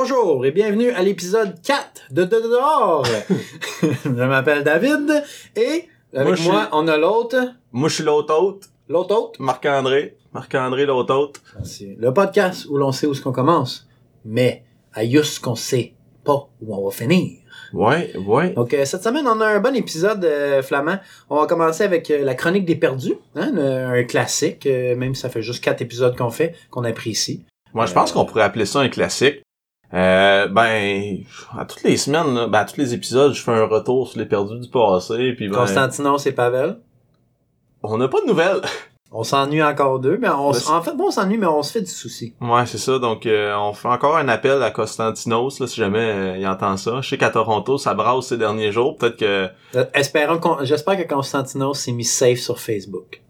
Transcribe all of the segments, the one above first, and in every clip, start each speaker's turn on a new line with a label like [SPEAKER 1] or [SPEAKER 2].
[SPEAKER 1] Bonjour et bienvenue à l'épisode 4 de De dehors. je m'appelle David et avec
[SPEAKER 2] Moi,
[SPEAKER 1] moi,
[SPEAKER 2] je suis-
[SPEAKER 1] on a l'autre,
[SPEAKER 2] Moi, je suis l'autre hôte,
[SPEAKER 1] l'autre hôte.
[SPEAKER 2] Marc-André. Marc-André, l'autre hôte.
[SPEAKER 1] C'est le podcast où l'on sait où ce qu'on commence, mais à juste qu'on sait pas où on va finir.
[SPEAKER 2] Ouais, ouais.
[SPEAKER 1] Donc euh, cette semaine, on a un bon épisode euh, flamand. On va commencer avec euh, la chronique des perdus, hein, un, un classique, euh, même si ça fait juste quatre épisodes qu'on fait, qu'on apprécie.
[SPEAKER 2] Moi, je pense qu'on pourrait appeler ça un classique. Euh, ben, à toutes les semaines, là, ben, à tous les épisodes, je fais un retour sur les perdus du passé, puis ben,
[SPEAKER 1] Constantinos et Pavel.
[SPEAKER 2] on n'a pas de nouvelles.
[SPEAKER 1] On s'ennuie encore d'eux, mais on
[SPEAKER 2] Ben,
[SPEAKER 1] s-
[SPEAKER 2] c'est-
[SPEAKER 1] en fait, bon, on s'ennuie, mais on se fait du souci.
[SPEAKER 2] Ouais, c'est ça. Donc, euh, on fait encore un appel à Constantinos, là, si jamais euh, il entend ça. Je sais qu'à Toronto, ça brasse ces derniers jours. Peut-être que
[SPEAKER 1] Euh, Espérons qu'on- j'espère que Constantinos s'est mis safe sur Facebook.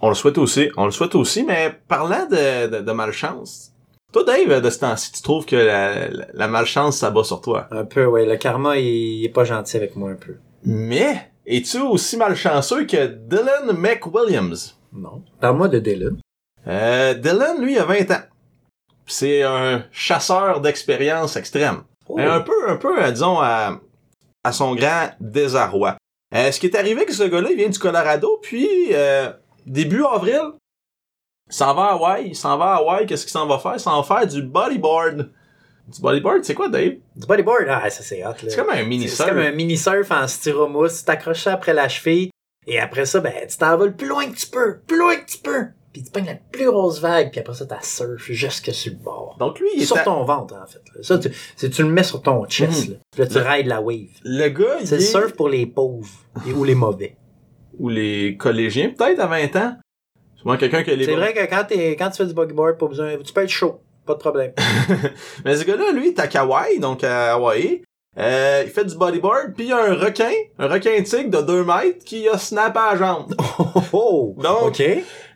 [SPEAKER 2] on le souhaite aussi. On le souhaite aussi, mais parlant de, de, de malchance. Toi, Dave, de ce temps-ci, tu trouves que la, la, la malchance, ça bat sur toi.
[SPEAKER 1] Un peu, ouais. Le karma, il, il est pas gentil avec moi un peu.
[SPEAKER 2] Mais es-tu aussi malchanceux que Dylan McWilliams?
[SPEAKER 1] Non. Parle-moi de Dylan.
[SPEAKER 2] Euh, Dylan, lui, a 20 ans. C'est un chasseur d'expérience extrême. Mais un peu, un peu, euh, disons, à, à son grand désarroi. Euh, ce qui est arrivé, que ce gars-là, il vient du Colorado, puis euh, début avril, il s'en va à Hawaï. Il s'en va à Hawaï. Qu'est-ce qu'il s'en va faire? Il s'en va faire du bodyboard. Du bodyboard, c'est quoi, Dave?
[SPEAKER 1] Du bodyboard, ah, ça c'est hot, là.
[SPEAKER 2] C'est comme un mini
[SPEAKER 1] C'est- c'est comme un mini surf en styromousse. Tu t'accroches ça après la cheville. Et après ça, ben, tu t'en vas le plus loin que tu peux. Plus loin que tu peux. Puis tu pognes la plus grosse vague. Puis après ça, t'as surf jusque sur le bord.
[SPEAKER 2] Donc lui, il est
[SPEAKER 1] sur
[SPEAKER 2] à-
[SPEAKER 1] ton ventre, en fait. là. Ça, tu, c'est- tu le mets sur ton chest, là. Puis là, tu
[SPEAKER 2] Mhm. Le-
[SPEAKER 1] rides la wave.
[SPEAKER 2] le gars, il
[SPEAKER 1] C'est le
[SPEAKER 2] est-
[SPEAKER 1] surf pour les pauvres. Et, ou les mauvais.
[SPEAKER 2] ou les collégiens peut-être à 20 ans. Souvent quelqu'un qui a les
[SPEAKER 1] C'est
[SPEAKER 2] bras-
[SPEAKER 1] vrai que quand, t'es- quand tu fais du bugboard, pas besoin, tu peux être chaud. Pas de problème.
[SPEAKER 2] Mais ce gars-là, lui, il est à Kauai, donc à Hawaii. Euh, il fait du bodyboard, puis il y a un requin, un requin tigre de 2 mètres qui a snap à la jambe.
[SPEAKER 1] Oh, oh.
[SPEAKER 2] Donc-
[SPEAKER 1] OK.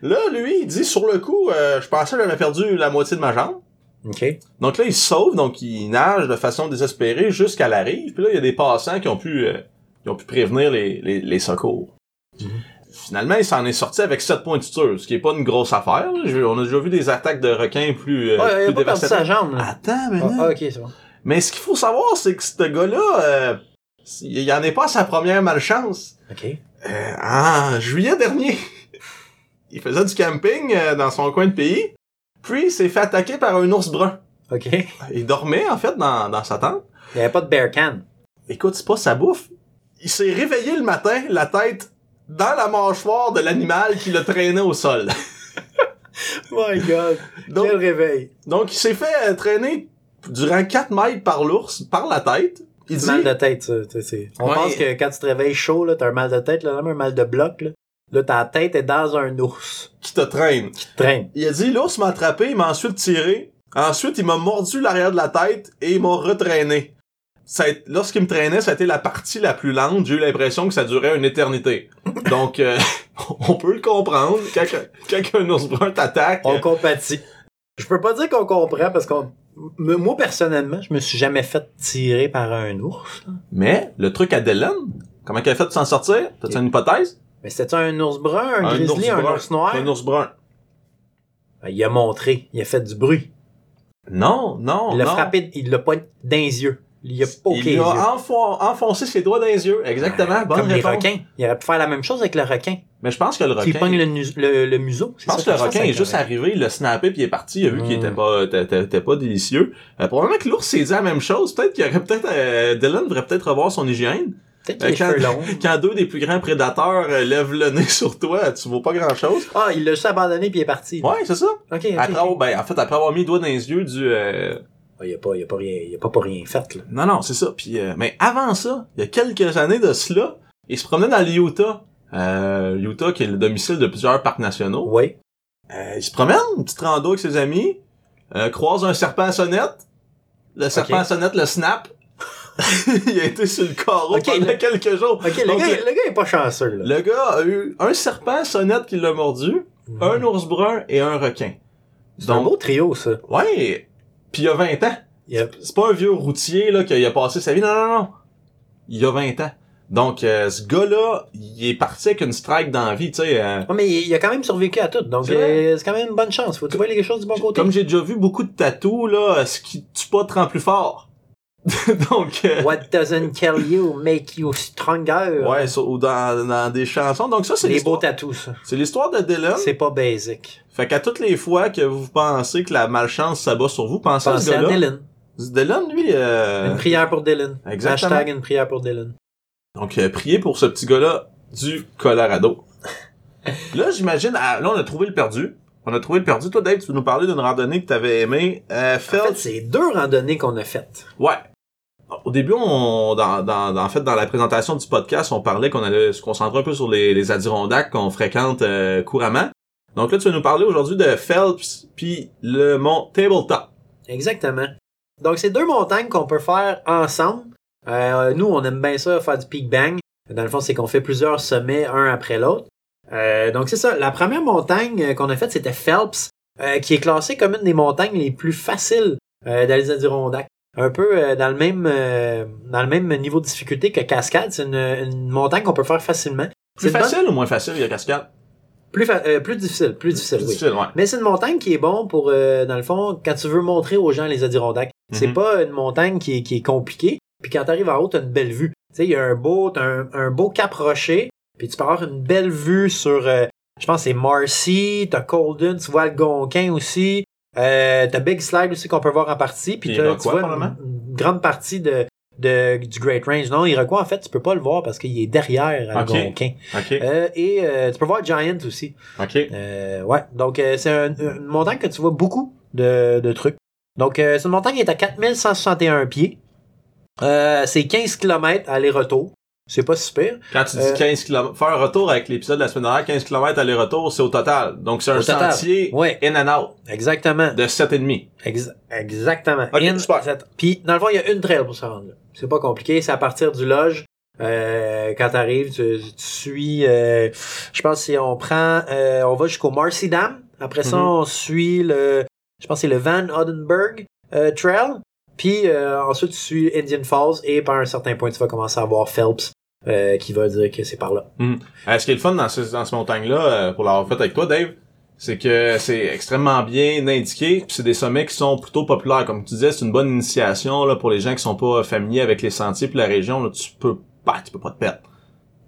[SPEAKER 2] Là, lui, il dit sur le coup, euh, je pensais que j'avais perdu la moitié de ma jambe.
[SPEAKER 1] OK.
[SPEAKER 2] Donc là, il se sauve, donc il nage de façon désespérée jusqu'à la rive. Puis là, il y a des passants qui ont pu, euh, qui ont pu prévenir les, les, les secours.
[SPEAKER 1] Mhm.
[SPEAKER 2] Finalement, il s'en est sorti avec 7 points de suture, ce qui est pas une grosse affaire. là. Je- on a déjà vu des attaques de requins plus, euh,
[SPEAKER 1] Ah, il a
[SPEAKER 2] plus
[SPEAKER 1] pas perdu
[SPEAKER 2] dévastatrices.
[SPEAKER 1] sa jambe, là.
[SPEAKER 2] Attends, mais
[SPEAKER 1] Ah,
[SPEAKER 2] non.
[SPEAKER 1] ah, OK, c'est bon.
[SPEAKER 2] Mais ce qu'il faut savoir, c'est que ce gars-là, euh, il en est pas à sa première malchance.
[SPEAKER 1] OK.
[SPEAKER 2] Euh, en juillet dernier, il faisait du camping euh, dans son coin de pays, puis il s'est fait attaquer par un ours brun.
[SPEAKER 1] OK. Il
[SPEAKER 2] Il dormait, en fait, dans, dans sa tente.
[SPEAKER 1] n'y avait pas de bear can.
[SPEAKER 2] Écoute, c'est pas sa bouffe. Il s'est réveillé le matin, la tête dans la mâchoire de l'animal qui le traînait au sol.
[SPEAKER 1] My God.
[SPEAKER 2] Donc,
[SPEAKER 1] Quel réveil.
[SPEAKER 2] donc il s'est fait euh, traîner durant 4 mètres par l'ours, par la tête. Il dit...
[SPEAKER 1] Mal de tête, ça. tu sais, c'est- On
[SPEAKER 2] Ouais.
[SPEAKER 1] pense que quand tu te réveilles chaud, là, t'as un mal de tête, là, même un mal de bloc, là. Là, ta tête est dans un ours
[SPEAKER 2] qui te traîne.
[SPEAKER 1] qui te traîne.
[SPEAKER 2] Il a dit l'ours m'a attrapé, il m'a ensuite tiré. Ensuite, il m'a mordu l'arrière de la tête et il m'a retraîné. Ça a été- Lorsqu'il me traînait, ça a été la partie la plus lente. J'ai eu l'impression que ça durait une éternité. Donc, euh, on peut le comprendre. Quand, quand un ours brun t'attaque,
[SPEAKER 1] On compatit. Je peux pas dire qu'on comprend parce qu'on. m- Moi, personnellement, je me suis jamais fait tirer par un ours. là.
[SPEAKER 2] Mais le truc à Dylan, comment qu'elle a fait pour s'en sortir? T'as-tu une hypothèse?
[SPEAKER 1] Mais c'était un ours brun, un,
[SPEAKER 2] Un
[SPEAKER 1] grizzly,
[SPEAKER 2] ours
[SPEAKER 1] un
[SPEAKER 2] brun.
[SPEAKER 1] ours noir?
[SPEAKER 2] Un ours brun.
[SPEAKER 1] Ben, Il a montré, il a fait du bruit.
[SPEAKER 2] Non, non,
[SPEAKER 1] Il l'a
[SPEAKER 2] non.
[SPEAKER 1] frappé, il l'a pas dans les yeux. Il a poké
[SPEAKER 2] Il
[SPEAKER 1] les
[SPEAKER 2] lui
[SPEAKER 1] yeux.
[SPEAKER 2] a enfo- enfoncé ses doigts dans les yeux. Exactement, bonne
[SPEAKER 1] Comme les
[SPEAKER 2] réponse.
[SPEAKER 1] requins. Il aurait pu faire la même chose avec le requin.
[SPEAKER 2] Mais je pense que le requin...
[SPEAKER 1] Qui pogne le, nu- le, le museau.
[SPEAKER 2] Je pense que le requin est juste arrivé, il l'a snappé puis il est parti, il a vu qu'il
[SPEAKER 1] Mm.
[SPEAKER 2] était pas, était- était était pas délicieux. Euh, probablement que l'ours s'est dit la même chose. Peut-être qu'il aurait peut-être, euh, Dylan devrait peut-être revoir son hygiène.
[SPEAKER 1] Peut-être
[SPEAKER 2] Euh,
[SPEAKER 1] qu'il a les cheveux longs.
[SPEAKER 2] Quand deux des plus grands prédateurs euh, lèvent le nez sur toi, tu vaux pas grand chose.
[SPEAKER 1] Ah, il l'a juste abandonné puis il est parti.
[SPEAKER 2] Ouais, c'est ça.
[SPEAKER 1] Ok, ok,
[SPEAKER 2] Après,
[SPEAKER 1] ok.
[SPEAKER 2] avoir- ben, en fait, après avoir mis le doigt dans les yeux du, euh,
[SPEAKER 1] Ah, il a pas, il a pas rien, il a pas pour rien fait, là.
[SPEAKER 2] non, non, c'est ça. Puis, euh, mais avant ça, il y a quelques années de cela, il se promenait dans l'Utah. Euh, Utah, qui est le domicile de plusieurs parcs nationaux.
[SPEAKER 1] Ouais.
[SPEAKER 2] Euh, il se promène, une petite rando avec ses amis, euh, croise un serpent à sonnette, le serpent à sonnette le snap. il a été sur le carreau
[SPEAKER 1] Ok,
[SPEAKER 2] pendant
[SPEAKER 1] le-
[SPEAKER 2] quelques jours.
[SPEAKER 1] Ok, le,
[SPEAKER 2] Donc,
[SPEAKER 1] gars,
[SPEAKER 2] le-
[SPEAKER 1] le gars est pas chanceux, là.
[SPEAKER 2] Le gars a eu un serpent à sonnette qui l'a mordu, un ours brun et un requin.
[SPEAKER 1] C'est un
[SPEAKER 2] Donc,
[SPEAKER 1] beau trio, ça.
[SPEAKER 2] ouais, puis il a 20 ans.
[SPEAKER 1] Il a-
[SPEAKER 2] C'est pas un vieux routier là qui a passé sa vie, non, non, non. Il a 20 ans. Donc, euh, ce gars-là, il est parti avec une strike dans la vie, tu sais. euh,
[SPEAKER 1] Ouais, Ah, mais il il a quand même survécu à tout, donc
[SPEAKER 2] C'est vrai.
[SPEAKER 1] euh, c'est quand même une bonne chance. Faut trouver les choses du bon côté.
[SPEAKER 2] comme j'ai déjà vu beaucoup de tatous, là, euh, ce qui tue pas te rend plus fort. Donc, euh,
[SPEAKER 1] What doesn't kill you make you stronger.
[SPEAKER 2] ouais, ça, ou dans, dans des chansons. Donc ça, c'est
[SPEAKER 1] les beaux
[SPEAKER 2] l'histoire-
[SPEAKER 1] tatous, ça.
[SPEAKER 2] c'est l'histoire de Dylan.
[SPEAKER 1] C'est pas basic.
[SPEAKER 2] Fait qu'à toutes les fois que vous pensez que la malchance s'abat sur vous, pensez à ce
[SPEAKER 1] Pensez à
[SPEAKER 2] gars-là.
[SPEAKER 1] Dylan.
[SPEAKER 2] Dylan, lui, euh,
[SPEAKER 1] Une prière pour Dylan.
[SPEAKER 2] exactement.
[SPEAKER 1] Hashtag une prière pour Dylan.
[SPEAKER 2] Donc, euh, priez pour ce petit gars-là du Colorado. là, j'imagine, ah, là, on a trouvé le perdu. On a trouvé le perdu. Toi, Dave, tu nous parlais d'une randonnée que t'avais aimée. Euh,
[SPEAKER 1] En
[SPEAKER 2] Phelps-
[SPEAKER 1] fait, c'est deux randonnées qu'on a faites.
[SPEAKER 2] Ouais. Au début, on, dans, dans, dans- en fait, dans la présentation du podcast, on parlait qu'on allait se concentrer un peu sur les, les Adirondacks qu'on fréquente euh, couramment. Donc là, tu vas nous parler aujourd'hui de Phelps puis le mont Tabletop.
[SPEAKER 1] Exactement. Donc, c'est deux montagnes qu'on peut faire ensemble. Euh, nous, on aime bien ça, faire du peak bang. Dans le fond, c'est qu'on fait plusieurs sommets un après l'autre. Euh, donc, c'est ça. La première montagne euh, qu'on a faite, c'était Phelps, euh, qui est classée comme une des montagnes les plus faciles euh, dans les Adirondacks. Un peu euh, dans le même euh, dans le même niveau de difficulté que Cascade. C'est une, une montagne qu'on peut faire facilement.
[SPEAKER 2] Plus
[SPEAKER 1] une bonne-
[SPEAKER 2] facile ou moins facile, il y a cascade?
[SPEAKER 1] plus, fa- euh, plus difficile. Plus difficile,
[SPEAKER 2] Plus
[SPEAKER 1] oui.
[SPEAKER 2] difficile, ouais.
[SPEAKER 1] Mais c'est une montagne qui est bon pour, euh, dans le fond, quand tu veux montrer aux gens les Adirondacks. C'est
[SPEAKER 2] Mhm.
[SPEAKER 1] pas une montagne qui est, qui est compliquée. Puis quand t'arrives en haut, t'as une belle vue. Tu sais, il y a un beau, t'as un, un beau cap rocher. Puis tu peux avoir une belle vue sur, euh, je pense, que c'est Marcy, t'as Colden, tu vois le Gonquin aussi. Euh, t'as Big Slide aussi qu'on peut voir en partie. Puis
[SPEAKER 2] Puis
[SPEAKER 1] t'as-
[SPEAKER 2] Iroquois,
[SPEAKER 1] tu vois une,
[SPEAKER 2] probablement.
[SPEAKER 1] une grande partie de, de, du Great Range. Non, Iroquois, en fait, tu peux pas le voir parce qu'il est derrière
[SPEAKER 2] Ok.
[SPEAKER 1] le Gonquin.
[SPEAKER 2] OK,
[SPEAKER 1] Euh, et euh, tu peux voir Giant aussi.
[SPEAKER 2] OK.
[SPEAKER 1] Euh, ouais, donc euh, c'est un- une montagne que tu vois beaucoup de, de trucs. Donc euh, c'est une montagne qui est à 4161 pieds. Euh, c'est 15 km aller-retour. C'est pas si pire.
[SPEAKER 2] Quand tu dis
[SPEAKER 1] Euh,
[SPEAKER 2] 15 km, faire un retour avec l'épisode de la semaine dernière, 15 km aller-retour, c'est au total. Donc c'est
[SPEAKER 1] Au
[SPEAKER 2] un
[SPEAKER 1] total.
[SPEAKER 2] sentier
[SPEAKER 1] Ouais,
[SPEAKER 2] in and out
[SPEAKER 1] exactement.
[SPEAKER 2] de 7,5.
[SPEAKER 1] Ex- exactement.
[SPEAKER 2] Ok,
[SPEAKER 1] In-
[SPEAKER 2] super.
[SPEAKER 1] cette- Puis dans le fond, il y a une trail pour se rendre là. C'est pas compliqué, c'est à partir du loge. Euh, quand t'arrives, tu, tu suis. euh, je pense si on prend, euh, on va jusqu'au Marcy Dam. Après ça,
[SPEAKER 2] Mhm.
[SPEAKER 1] on suit le, je pense que c'est le Van Odenberg euh, Trail. Puis euh, ensuite, tu suis Indian Falls et par un certain point, tu vas commencer à voir Phelps euh, qui va dire que c'est par là.
[SPEAKER 2] Euh, ce qui est le fun dans ce, dans ce montagne-là, euh, pour l'avoir fait avec toi, Dave, c'est que c'est extrêmement bien indiqué, puis c'est des sommets qui sont plutôt populaires. Comme tu disais, c'est une bonne initiation là, pour les gens qui sont pas euh, familiers avec les sentiers puis la région. Là, tu peux pas, tu peux pas te perdre.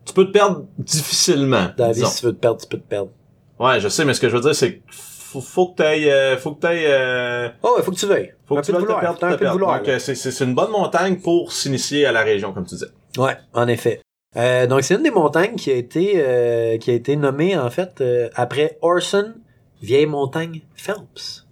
[SPEAKER 2] Tu peux te perdre difficilement.
[SPEAKER 1] Dans la vie,
[SPEAKER 2] disons.
[SPEAKER 1] si tu veux te perdre, tu peux te perdre.
[SPEAKER 2] Ouais, je sais, mais ce que je veux dire, c'est que faut, faut que t'ailles, euh, faut que t'ailles, euh,
[SPEAKER 1] Oh, il faut que tu veuilles.
[SPEAKER 2] faut
[SPEAKER 1] Un
[SPEAKER 2] que tu
[SPEAKER 1] peu de
[SPEAKER 2] veuilles te
[SPEAKER 1] vouloir,
[SPEAKER 2] perdre,
[SPEAKER 1] t'as un
[SPEAKER 2] te
[SPEAKER 1] peu de
[SPEAKER 2] perdre.
[SPEAKER 1] vouloir,
[SPEAKER 2] Donc
[SPEAKER 1] là.
[SPEAKER 2] euh, c'est c'est c'est une bonne montagne pour s'initier à la région, comme tu disais.
[SPEAKER 1] Ouais, en effet. Euh, donc c'est une des montagnes qui a été euh, qui a été nommée en fait euh, après Orson, vieille montagne Phelps.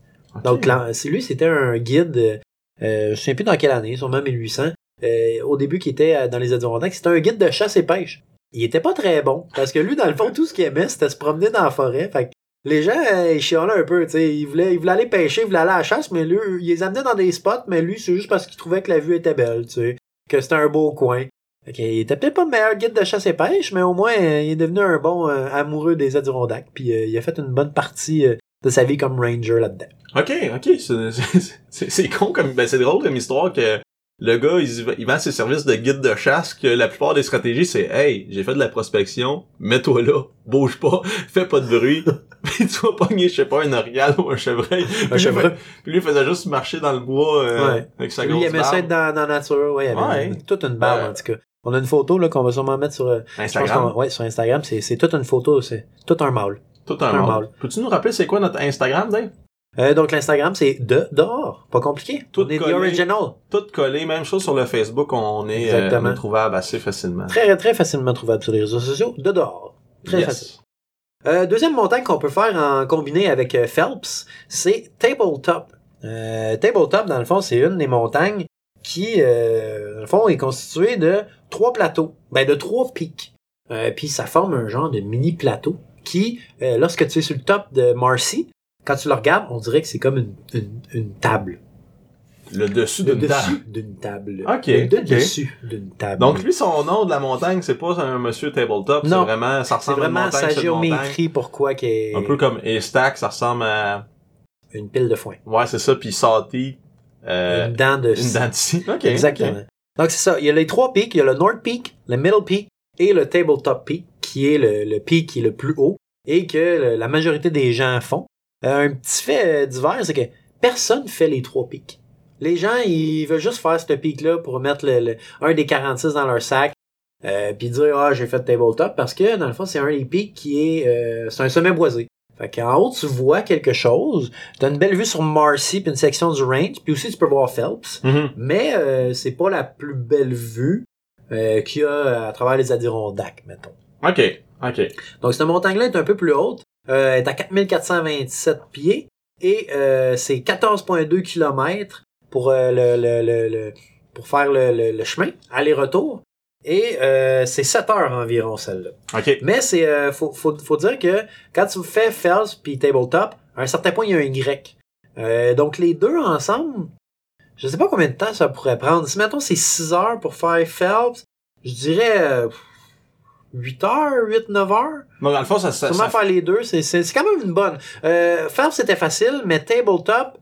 [SPEAKER 1] Donc là, c'est lui, c'était un guide. euh, euh, je ne sais plus dans quelle année, sûrement 1800. euh, au début, qui était euh, dans les Adirondacks, c'était un guide de chasse et pêche. Il était pas très bon parce que lui, dans le fond, tout ce qu'il aimait, c'était se promener dans la forêt. Fait que les gens, euh, ils chialaient un peu. tu sais, Ils voulaient, ils voulaient aller pêcher, ils voulaient aller à la chasse, mais lui, il les amenait dans des spots, mais lui, c'est juste parce qu'il trouvait que la vue était belle, tu sais, que c'était un beau coin. Fait que il était peut-être pas le meilleur guide de chasse et pêche, mais au moins, euh, il est devenu un bon euh, amoureux des Adirondacks. Puis euh, il a fait une bonne partie euh, de sa vie comme ranger là-dedans.
[SPEAKER 2] Ok, ok, c'est- c'est- c'est c'est con comme, ben c'est drôle comme histoire que le gars il, se- il vend ses services de guide de chasse que la plupart des stratégies c'est hey j'ai fait de la prospection, mets-toi là, bouge pas, fais pas de bruit, puis tu vas pogner je sais pas un orial ou un chevreuil, Puis lui,
[SPEAKER 1] chevreuil.
[SPEAKER 2] fa- puis lui faisait juste marcher dans le bois euh,
[SPEAKER 1] Ouais.
[SPEAKER 2] avec sa
[SPEAKER 1] Lui,
[SPEAKER 2] grosse
[SPEAKER 1] il aimait
[SPEAKER 2] barbe.
[SPEAKER 1] ça être dans, dans la nature. Ouais, il avait
[SPEAKER 2] Ouais.
[SPEAKER 1] une- toute une barbe,
[SPEAKER 2] Ouais.
[SPEAKER 1] en tout cas. On a une photo là qu'on va sûrement mettre sur euh, je pense
[SPEAKER 2] Instagram,
[SPEAKER 1] qu'on- ouais, sur Instagram. C'est c'est toute une photo. C'est tout un mâle.
[SPEAKER 2] tout un,
[SPEAKER 1] un
[SPEAKER 2] monde.
[SPEAKER 1] mâle.
[SPEAKER 2] Peux-tu nous rappeler c'est quoi notre Instagram, Dave?
[SPEAKER 1] Euh, donc, l'Instagram, c'est de dehors. Pas compliqué.
[SPEAKER 2] Tout
[SPEAKER 1] on est the
[SPEAKER 2] collé.
[SPEAKER 1] original.
[SPEAKER 2] Tout collé, même chose sur le Facebook, on est euh,
[SPEAKER 1] Exactement.
[SPEAKER 2] on est trouvable assez facilement.
[SPEAKER 1] Très, très facilement trouvable sur les réseaux sociaux. De dehors. Très
[SPEAKER 2] Yes.
[SPEAKER 1] facile. Euh, deuxième montagne qu'on peut faire en combiné avec euh, Phelps, c'est Tabletop. Euh, Tabletop, dans le fond, c'est une des montagnes qui, euh, dans le fond, est constituée de trois plateaux, ben de trois pics. Euh, Puis ça forme un genre de mini plateau qui, euh, lorsque tu es sur le top de Marcy, quand tu le regardes, on dirait que c'est comme une, une, une table.
[SPEAKER 2] Le dessus
[SPEAKER 1] Le
[SPEAKER 2] d'une table.
[SPEAKER 1] dessus d'une table.
[SPEAKER 2] Ok,
[SPEAKER 1] Le de-
[SPEAKER 2] ok.
[SPEAKER 1] dessus d'une table.
[SPEAKER 2] Donc lui, son nom de la montagne, c'est pas un monsieur tabletop, c'est
[SPEAKER 1] Non.
[SPEAKER 2] vraiment, ça
[SPEAKER 1] c'est
[SPEAKER 2] ressemble à une
[SPEAKER 1] vraiment
[SPEAKER 2] montagne,
[SPEAKER 1] sa
[SPEAKER 2] c'est une montagne.
[SPEAKER 1] géométrie pourquoi qu'il y ait
[SPEAKER 2] Un peu comme A-Stack, ça ressemble à,
[SPEAKER 1] une pile de foin.
[SPEAKER 2] ouais, c'est ça, puis Sati, euh,
[SPEAKER 1] une dent de
[SPEAKER 2] une dentiste. Ok.
[SPEAKER 1] Exactement.
[SPEAKER 2] ok.
[SPEAKER 1] Donc c'est ça, il y a les trois pics, il y a le North Peak, le Middle Peak et le Tabletop Peak, qui est le, le pic qui est le plus haut et que le- la majorité des gens font. Euh, un petit fait euh, divers, c'est que personne fait les trois pics. Les gens, ils veulent juste faire ce pic-là pour mettre le, le- un des 46 dans leur sac, euh, puis dire « Ah, j'ai fait Tabletop », parce que, dans le fond, c'est un des pics qui est... euh, c'est un sommet boisé. Fait qu'en haut, tu vois quelque chose, t'as une belle vue sur Marcy, puis une section du range, puis aussi tu peux voir Phelps.
[SPEAKER 2] Mm-hmm.
[SPEAKER 1] Mais euh, c'est pas la plus belle vue euh, qu'il y a à travers les Adirondacks, mettons.
[SPEAKER 2] OK. OK.
[SPEAKER 1] Donc cette montagne-là est un peu plus haute, euh, elle est à 4427 pieds et euh, c'est 14,2 km pour euh, le, le- le- le- pour faire le, le- le chemin aller-retour et euh, c'est 7 heures environ celle-là.
[SPEAKER 2] OK.
[SPEAKER 1] Mais c'est euh, faut, faut, faut dire que quand tu fais Fells puis Tabletop, à un certain point, il y a un Y. Euh, donc les deux ensemble, je sais pas combien de temps ça pourrait prendre. Si mettons c'est 6 heures pour faire Phelps, je dirais 8 heures, 8, 9 heures.
[SPEAKER 2] Donc, dans le fond, ça, ça,
[SPEAKER 1] Comment
[SPEAKER 2] ça-
[SPEAKER 1] faire les deux, c'est- c'est c'est quand même une bonne. Euh, Phelps, c'était facile, mais Tabletop,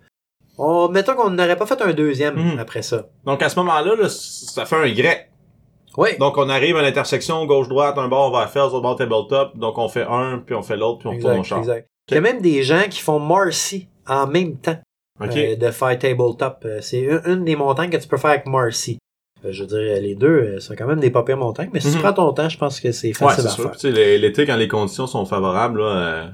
[SPEAKER 1] on, mettons qu'on n'aurait pas fait un deuxième
[SPEAKER 2] Mhm.
[SPEAKER 1] après ça.
[SPEAKER 2] Donc, à ce moment-là, là, ça fait un Y.
[SPEAKER 1] Oui.
[SPEAKER 2] Donc, on arrive à l'intersection gauche-droite, un bord vers Fels, l'autre bord tabletop. Donc, on fait un, puis on fait l'autre, puis on retourne au
[SPEAKER 1] Exact,
[SPEAKER 2] char.
[SPEAKER 1] exact. Il y a même des gens qui font Marcy en même temps
[SPEAKER 2] OK.
[SPEAKER 1] euh, de faire Tabletop. Euh, C'est une, une des montagnes que tu peux faire avec Marcy. Euh, je veux dire, les deux, euh, sont quand même des pas pires montagnes, mais si tu
[SPEAKER 2] Mhm.
[SPEAKER 1] prends ton temps, je pense que c'est
[SPEAKER 2] ouais,
[SPEAKER 1] facile
[SPEAKER 2] c'est
[SPEAKER 1] à
[SPEAKER 2] sûr.
[SPEAKER 1] faire.
[SPEAKER 2] Puis, tu sais, les- l'été, quand les conditions sont favorables, là, euh,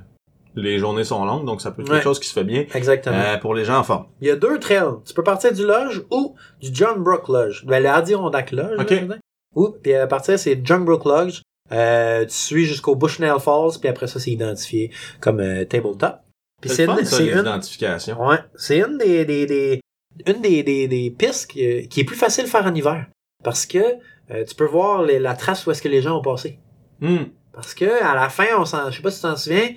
[SPEAKER 2] les journées sont longues, donc ça peut être
[SPEAKER 1] Ouais.
[SPEAKER 2] quelque chose qui se fait bien
[SPEAKER 1] Exactement.
[SPEAKER 2] euh, pour les gens en forme.
[SPEAKER 1] Il y a deux trails. Tu peux partir du Lodge ou du John Brook Lodge. Ben, le Adirondack Lodge. là,
[SPEAKER 2] Ok.
[SPEAKER 1] je veux dire. Ou, puis à partir, c'est John Brook Lodge. Euh, tu suis jusqu'au Bushnell Falls, puis après ça, c'est identifié comme euh, Tabletop. Puis
[SPEAKER 2] C'est le fun,
[SPEAKER 1] une-
[SPEAKER 2] ça,
[SPEAKER 1] c'est
[SPEAKER 2] les
[SPEAKER 1] une-
[SPEAKER 2] identifications.
[SPEAKER 1] Ouais, c'est une des, des, des- une des, des, des pistes qui, qui est plus facile à faire en hiver. Parce que euh, tu peux voir les- la trace où est-ce que les gens ont passé.
[SPEAKER 2] Hmm.
[SPEAKER 1] Parce que à la fin, on s'en, je sais pas si tu t'en souviens,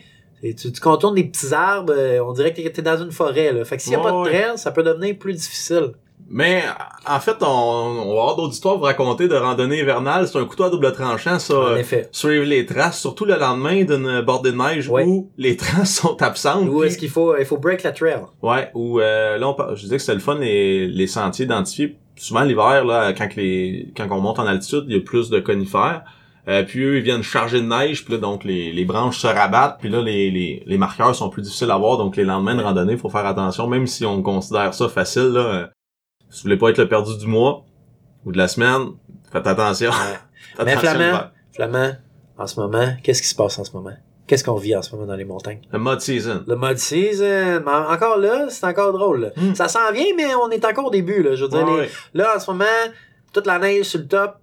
[SPEAKER 1] c'est- tu, tu contournes des petits arbres, euh, on dirait que t'es dans une forêt. Là. Fait que s'il n'y a
[SPEAKER 2] Ouais,
[SPEAKER 1] pas de
[SPEAKER 2] ouais.
[SPEAKER 1] trail, ça peut devenir plus difficile.
[SPEAKER 2] Mais en fait, on, on va avoir d'autres histoires pour raconter de randonnée hivernale. C'est un couteau à double tranchant, ça.
[SPEAKER 1] En
[SPEAKER 2] euh,
[SPEAKER 1] effet.
[SPEAKER 2] Suivre les traces, surtout le lendemain d'une bordée de neige
[SPEAKER 1] Ouais.
[SPEAKER 2] où les traces sont absentes.
[SPEAKER 1] Où
[SPEAKER 2] puis-
[SPEAKER 1] est-ce qu'il faut, il faut break la trail.
[SPEAKER 2] Ouais, ou euh, là on par- je disais que c'était le fun les, les sentiers identifiés. Souvent l'hiver là, quand que les quand on monte en altitude, il y a plus de conifères. Euh, puis eux ils viennent charger de neige, puis là donc les, les branches se rabattent, puis là les, les, les marqueurs sont plus difficiles à voir, donc les lendemains de randonnée, faut faire attention, même si on considère ça facile là. euh, si vous voulez pas être le perdu du mois ou de la semaine, faites attention. Faites
[SPEAKER 1] Mais
[SPEAKER 2] attention
[SPEAKER 1] Flamand-
[SPEAKER 2] l'hiver.
[SPEAKER 1] Flamand, en ce moment, qu'est-ce qui se passe en ce moment? Qu'est-ce qu'on vit en ce moment dans les montagnes?
[SPEAKER 2] le mode season.
[SPEAKER 1] Le mud season, mais en- encore là, c'est encore drôle. là.
[SPEAKER 2] Hmm.
[SPEAKER 1] Ça s'en vient, mais on est encore au début. Là. Je veux dire,
[SPEAKER 2] Ouais,
[SPEAKER 1] les-
[SPEAKER 2] ouais.
[SPEAKER 1] là, en ce moment, toute la neige sur le top,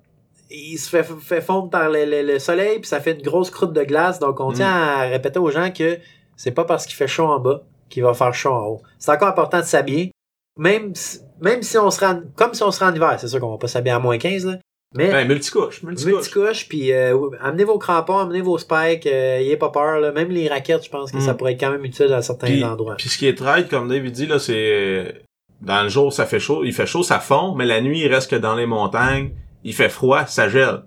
[SPEAKER 1] il se fait, fait fondre par le, le- le soleil, puis ça fait une grosse croûte de glace. Donc, on
[SPEAKER 2] Hmm.
[SPEAKER 1] tient à répéter aux gens que c'est pas parce qu'il fait chaud en bas qu'il va faire chaud en haut. C'est encore important de s'habiller. Même si, même si on se rend, comme si on se rend en hiver, c'est sûr qu'on va pas s'habiller à moins 15, là. Mais,
[SPEAKER 2] Ben, multicouche,
[SPEAKER 1] Multicouche.
[SPEAKER 2] multicouche.
[SPEAKER 1] puis euh, oui, amenez vos crampons, amenez vos spikes, euh, ayez pas peur. là. Même les raquettes, je pense que
[SPEAKER 2] Mm.
[SPEAKER 1] ça pourrait être quand même utile à certains
[SPEAKER 2] Puis-
[SPEAKER 1] endroits.
[SPEAKER 2] Puis ce qui est traite, comme David dit, là, c'est euh, dans le jour ça fait chaud, il fait chaud, ça fond, mais la nuit il reste que dans les montagnes, il fait froid, ça gèle.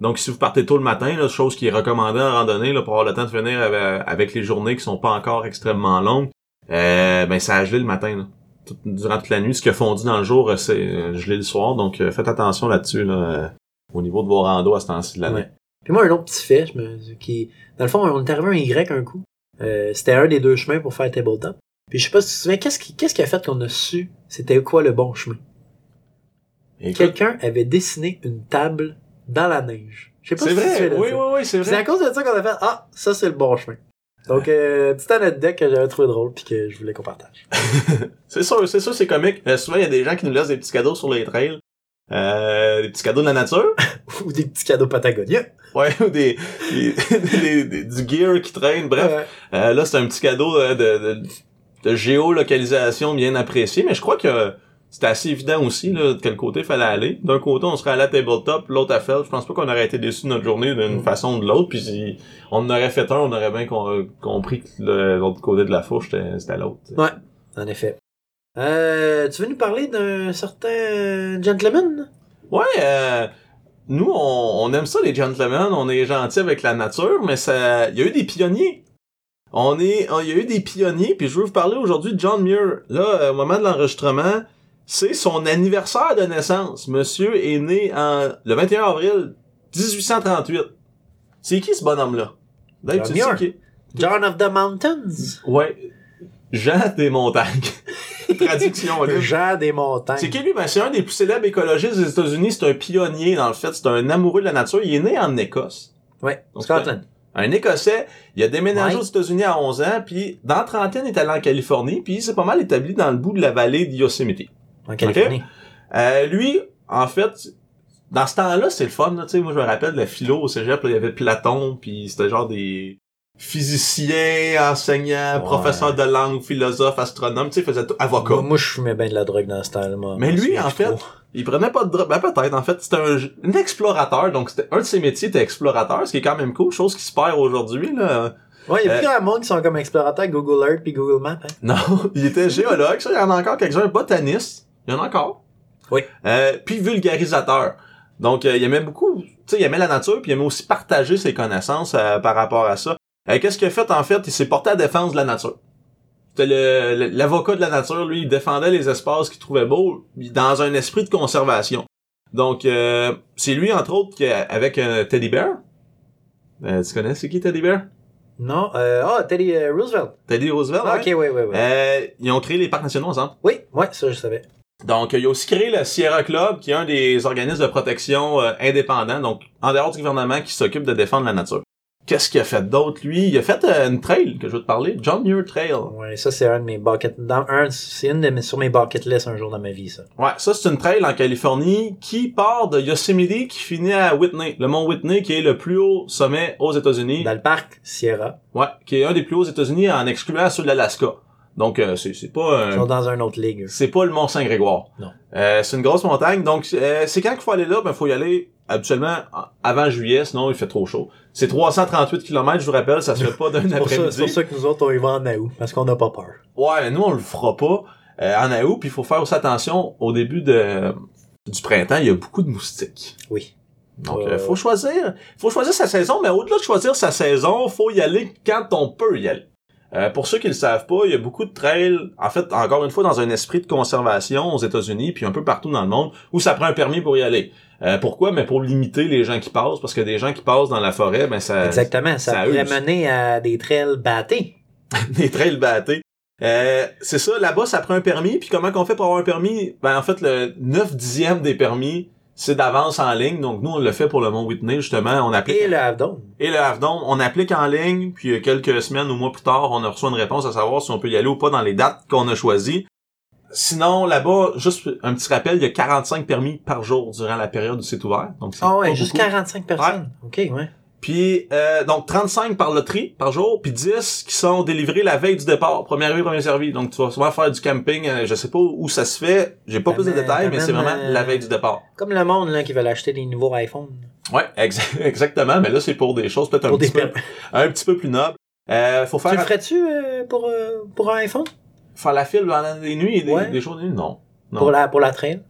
[SPEAKER 2] Donc si vous partez tôt le matin, là, chose qui est recommandée en randonnée là, pour avoir le temps de finir avec, avec les journées qui sont pas encore extrêmement longues, euh, ben ça a gelé le matin. là. Tout- durant toute la nuit, ce qui a fondu dans le jour, euh, c'est euh, gelé le soir. Donc euh, faites attention là-dessus là, euh, au niveau de vos randos à ce temps-ci de l'année.
[SPEAKER 1] Ouais. Puis moi, un autre petit fait, je me- qui, dans le fond, on est arrivé à un Y un coup. Euh, c'était un des deux chemins pour faire tabletop. Puis je sais pas si tu te souviens, qu'est-ce qui, qu'est-ce qui a fait qu'on a su c'était quoi le bon chemin?
[SPEAKER 2] Écoute,
[SPEAKER 1] Quelqu'un avait dessiné une table dans la neige. Je sais pas
[SPEAKER 2] c'est
[SPEAKER 1] si tu te
[SPEAKER 2] vrai.
[SPEAKER 1] souviens de
[SPEAKER 2] Oui,
[SPEAKER 1] ça.
[SPEAKER 2] oui, oui, c'est
[SPEAKER 1] Puis C'est à
[SPEAKER 2] vrai.
[SPEAKER 1] cause de ça qu'on a fait Ah, ça c'est le bon chemin. Donc, euh, petite anecdote que j'avais trouvé drôle puis que je voulais qu'on partage.
[SPEAKER 2] C'est sûr, c'est sûr, c'est comique. Euh, souvent, il y a des gens qui nous laissent des petits cadeaux sur les trails. Euh, des petits cadeaux de la nature.
[SPEAKER 1] Ou des petits cadeaux patagoniens.
[SPEAKER 2] Ouais, ou des, des- des- des- du gear qui traîne. Bref,
[SPEAKER 1] Ouais.
[SPEAKER 2] Euh, là, c'est un petit cadeau euh, de, de, de géolocalisation bien apprécié, mais je crois que euh, c'était assez évident aussi là, de quel côté fallait aller. D'un côté, on serait allé à tabletop, l'autre à Fell. Je pense pas qu'on aurait été déçus de notre journée d'une
[SPEAKER 1] Mm.
[SPEAKER 2] façon ou de l'autre. Puis si on en aurait fait un, on aurait bien con- compris que le- l'autre côté de la fourche, c'était c'était l'autre.
[SPEAKER 1] En effet. Euh, tu veux nous parler d'un certain gentleman?
[SPEAKER 2] Ouais, euh, nous, on, on aime ça, les gentlemen. On est gentils avec la nature, mais ça, il y a eu des pionniers. On est, on- il y a eu des pionniers, puis je veux vous parler aujourd'hui de John Muir. Là, euh, au moment de l'enregistrement, c'est son anniversaire de naissance. Monsieur est né en, le 21 avril 1838. C'est qui ce bonhomme-là? Dave, tu sais
[SPEAKER 1] John
[SPEAKER 2] qui?
[SPEAKER 1] John of the Mountains.
[SPEAKER 2] Ouais. Jean des montagnes. Traduction, là.
[SPEAKER 1] Le Jean des montagnes.
[SPEAKER 2] C'est qui lui? Ben, c'est un des plus célèbres écologistes des États-Unis. C'est un pionnier, dans le fait. C'est un amoureux de la nature. Il est né en Écosse.
[SPEAKER 1] Ouais,
[SPEAKER 2] Donc,
[SPEAKER 1] Scotland.
[SPEAKER 2] Un Écossais. Il a déménagé
[SPEAKER 1] Ouais.
[SPEAKER 2] aux États-Unis à 11 ans, puis dans la trentaine, il est allé en Californie, puis il s'est pas mal établi dans le bout de la vallée de Yosemite.
[SPEAKER 1] En Californie.
[SPEAKER 2] Euh, lui, en fait, dans ce temps-là, c'est le fun. là, tu sais, moi, je me rappelle la philo au cégep, là, il y avait Platon, puis c'était genre des physiciens, enseignants,
[SPEAKER 1] Ouais.
[SPEAKER 2] professeurs de langue, philosophes, astronomes, tu sais, ils faisaient tout, avocats.
[SPEAKER 1] Moi, moi, je fumais bien de la drogue dans ce temps-là. moi.
[SPEAKER 2] Mais lui,
[SPEAKER 1] Je
[SPEAKER 2] en
[SPEAKER 1] suis
[SPEAKER 2] fait,
[SPEAKER 1] trop.
[SPEAKER 2] il prenait pas de drogue. Ben, peut-être, en fait, c'était un, un explorateur, donc c'était un de ses métiers était explorateur, ce qui est quand même cool, chose qui se perd aujourd'hui, là.
[SPEAKER 1] Ouais, il y a
[SPEAKER 2] euh,
[SPEAKER 1] plus grand monde qui sont comme explorateurs Google Earth puis Google Maps. Hein.
[SPEAKER 2] Non, il était géologue, ça, il y en a encore quelques-uns, botaniste, il y en a encore.
[SPEAKER 1] Oui.
[SPEAKER 2] Euh, puis vulgarisateur. Donc, euh, il aimait beaucoup, tu sais, il aimait la nature, puis il aimait aussi partager ses connaissances euh, par rapport à ça. Euh, Qu'est-ce qu'il a fait, en fait? Il s'est porté à la défense de la nature. C'était le- le- l'avocat de la nature, lui, il défendait les espaces qu'il trouvait beaux puis dans un esprit de conservation. Donc, euh, c'est lui, entre autres, qui, a- avec euh, Teddy Bear. Euh, tu connais, c'est qui Teddy Bear?
[SPEAKER 1] Non, euh, ah, Teddy euh, Roosevelt.
[SPEAKER 2] Teddy Roosevelt,
[SPEAKER 1] Ah,
[SPEAKER 2] ouais.
[SPEAKER 1] ok, oui, oui, oui.
[SPEAKER 2] Euh, ils ont créé les parcs nationaux ensemble.
[SPEAKER 1] Oui, ouais, ça, je savais.
[SPEAKER 2] Donc, il a aussi créé le Sierra Club, qui est un des organismes de protection euh, indépendants, donc en dehors du gouvernement, qui s'occupe de défendre la nature. Qu'est-ce qu'il a fait d'autre, lui? Il a fait euh, une trail que je veux te parler, John Muir Trail.
[SPEAKER 1] Ouais, ça, c'est un de mes bucket. Dans, un, c'est une de mes, sur mes bucket list un jour dans ma vie, ça.
[SPEAKER 2] Ouais, ça c'est une trail en Californie qui part de Yosemite qui finit à Whitney, le mont Whitney qui est le plus haut sommet aux États-Unis.
[SPEAKER 1] Dans le parc Sierra.
[SPEAKER 2] Ouais, qui est un des plus hauts aux États-Unis en excluant ceux de l'Alaska. Donc euh, c'est c'est pas un-
[SPEAKER 1] Ils sont dans un autre ligue. eux.
[SPEAKER 2] C'est pas le Mont Saint-Grégoire.
[SPEAKER 1] Non.
[SPEAKER 2] Euh, c'est une grosse montagne, donc euh, c'est quand qu'il faut aller là, ben faut y aller habituellement en- avant juillet, sinon il fait trop chaud. C'est 338 km, je vous rappelle, ça se fait pas d'un
[SPEAKER 1] C'est pour, ça, c'est pour
[SPEAKER 2] après-midi.
[SPEAKER 1] ça que nous autres, on y va en août, parce qu'on n'a pas peur.
[SPEAKER 2] Ouais, nous on le fera pas euh, en août, puis il faut faire aussi attention au début de du printemps, il y a beaucoup de moustiques.
[SPEAKER 1] Oui.
[SPEAKER 2] Donc
[SPEAKER 1] Ouais.
[SPEAKER 2] euh, faut choisir, faut choisir sa saison, mais au-delà de choisir sa saison, faut y aller quand on peut y aller. Euh, pour ceux qui le savent pas, il y a beaucoup de trails, en fait, encore une fois, dans un esprit de conservation aux États-Unis, puis un peu partout dans le monde, où ça prend un permis pour y aller. Euh, pourquoi? Mais pour limiter les gens qui passent, parce que des gens qui passent dans la forêt, ben ça...
[SPEAKER 1] Exactement. Ça,
[SPEAKER 2] ça
[SPEAKER 1] pourrait
[SPEAKER 2] use.
[SPEAKER 1] mener à des trails battés.
[SPEAKER 2] des trails battés. Euh, c'est ça, là-bas, ça prend un permis. Puis comment qu'on fait pour avoir un permis? Ben, en fait, le 9 dixième des permis, c'est d'avance en ligne. Donc, nous, on le fait pour le Mont Whitney, justement. On applique.
[SPEAKER 1] Et le Havdon.
[SPEAKER 2] Et le Havdon, on applique en ligne, puis euh, quelques semaines ou mois plus tard, on reçoit une réponse à savoir si on peut y aller ou pas dans les dates qu'on a choisies. Sinon, là-bas, juste un petit rappel, il y a 45 permis par jour durant la période où c'est ouvert. Donc, c'est
[SPEAKER 1] Ah ouais,
[SPEAKER 2] pas
[SPEAKER 1] juste
[SPEAKER 2] beaucoup.
[SPEAKER 1] 45 personnes. OK, ouais.
[SPEAKER 2] Puis, euh, donc, 35 par loterie par jour, puis 10 qui sont délivrés la veille du départ. Première arrivé, premier servi. Donc, tu vas souvent faire du camping. euh, je sais pas où ça se fait. J'ai pas plus de
[SPEAKER 1] T'amènes-
[SPEAKER 2] détails, mais c'est
[SPEAKER 1] t'amènes,
[SPEAKER 2] vraiment
[SPEAKER 1] euh,
[SPEAKER 2] la veille du départ.
[SPEAKER 1] Comme le monde là, qui veut acheter des nouveaux iPhones.
[SPEAKER 2] Ouais, ex- exactement. Mais là, c'est pour des choses peut-être un,
[SPEAKER 1] Pour des
[SPEAKER 2] petit peu- un petit peu plus nobles. Euh, faut
[SPEAKER 1] Tu le
[SPEAKER 2] faire,
[SPEAKER 1] ferais-tu euh, pour, euh, pour un iPhone?
[SPEAKER 2] faire la file pendant des nuits et des,
[SPEAKER 1] Ouais.
[SPEAKER 2] des jours de nuit. Non. Non.
[SPEAKER 1] Pour la, pour la trail?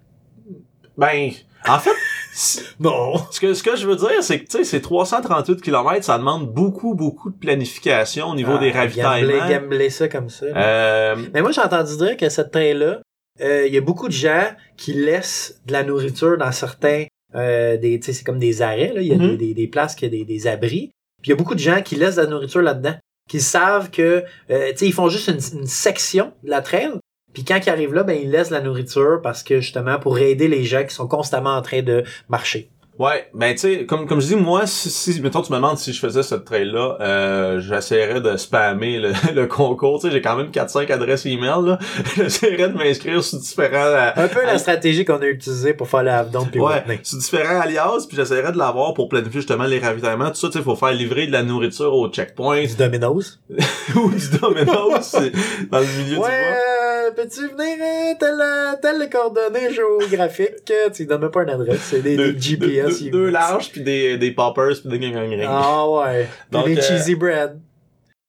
[SPEAKER 2] Ben, en fait, si-
[SPEAKER 1] Non.
[SPEAKER 2] ce que, ce que je veux dire, c'est que, tu sais, c'est 338 km, ça demande beaucoup, beaucoup de planification au niveau des ravitaillements.
[SPEAKER 1] Gambler, Ah, gambler ça comme ça.
[SPEAKER 2] Euh,
[SPEAKER 1] Mais moi, j'ai entendu dire que cette trail-là, euh, il y a beaucoup de gens qui laissent de la nourriture dans certains... Euh, des, tu sais, c'est comme des arrêts, là. Il y a des,
[SPEAKER 2] Mhm.
[SPEAKER 1] des, des places, qui a des, des abris. Puis il y a beaucoup de gens qui laissent de la nourriture là-dedans. Qui savent que... euh, tu sais, ils font juste une, une section de la trail. Puis quand ils arrivent là, ben ils laissent de la nourriture parce que, justement, pour aider les gens qui sont constamment en train de marcher.
[SPEAKER 2] Ouais, ben tu sais, comme comme je dis, moi, si, si mettons tu me demandes si je faisais ce trail-là, euh, j'essaierais de spammer le, le concours. Tu sais, j'ai quand même 4-5 adresses email. là. J'essaierais de m'inscrire sur différents. euh,
[SPEAKER 1] Un peu
[SPEAKER 2] Ah.
[SPEAKER 1] la stratégie qu'on a utilisée pour faire le Havdon puis
[SPEAKER 2] ouais,
[SPEAKER 1] Whitney.
[SPEAKER 2] sur différents alias, puis j'essaierais de l'avoir pour planifier justement les ravitaillements. Tout ça, tu sais, faut faire livrer de la nourriture au checkpoint
[SPEAKER 1] Du Domino's.
[SPEAKER 2] ou du Domino's c'est dans le milieu du bois.
[SPEAKER 1] Ouais, euh, peux-tu venir euh, telle, euh, telle coordonnée géographique? euh, tu ne donnes même pas une adresse, c'est des, des GPS.
[SPEAKER 2] deux,
[SPEAKER 1] ils-
[SPEAKER 2] deux larges puis des, des poppers puis des gang gang gang.
[SPEAKER 1] Ah ouais. Puis
[SPEAKER 2] Donc,
[SPEAKER 1] des
[SPEAKER 2] euh,
[SPEAKER 1] cheesy bread.